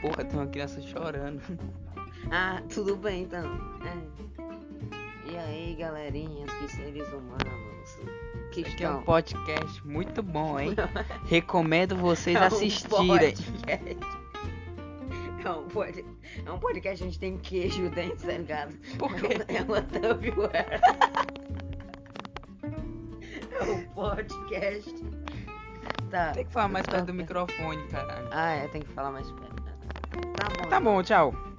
boca, tem uma criança chorando. Ah, tudo bem então. É. E aí, galerinhas de seres humanos? Que Isso aqui é um estão. podcast muito bom, hein? Recomendo vocês um assistirem. É um podcast. É um, pod... é um podcast, a gente tem queijo dentro, tá ligado? Por quê? É uma Tupperware. É um podcast. Tá. Tem que falar mais perto do microfone, caralho. Ah, é, tem que falar mais perto. Tá bom. Tá bom, tchau.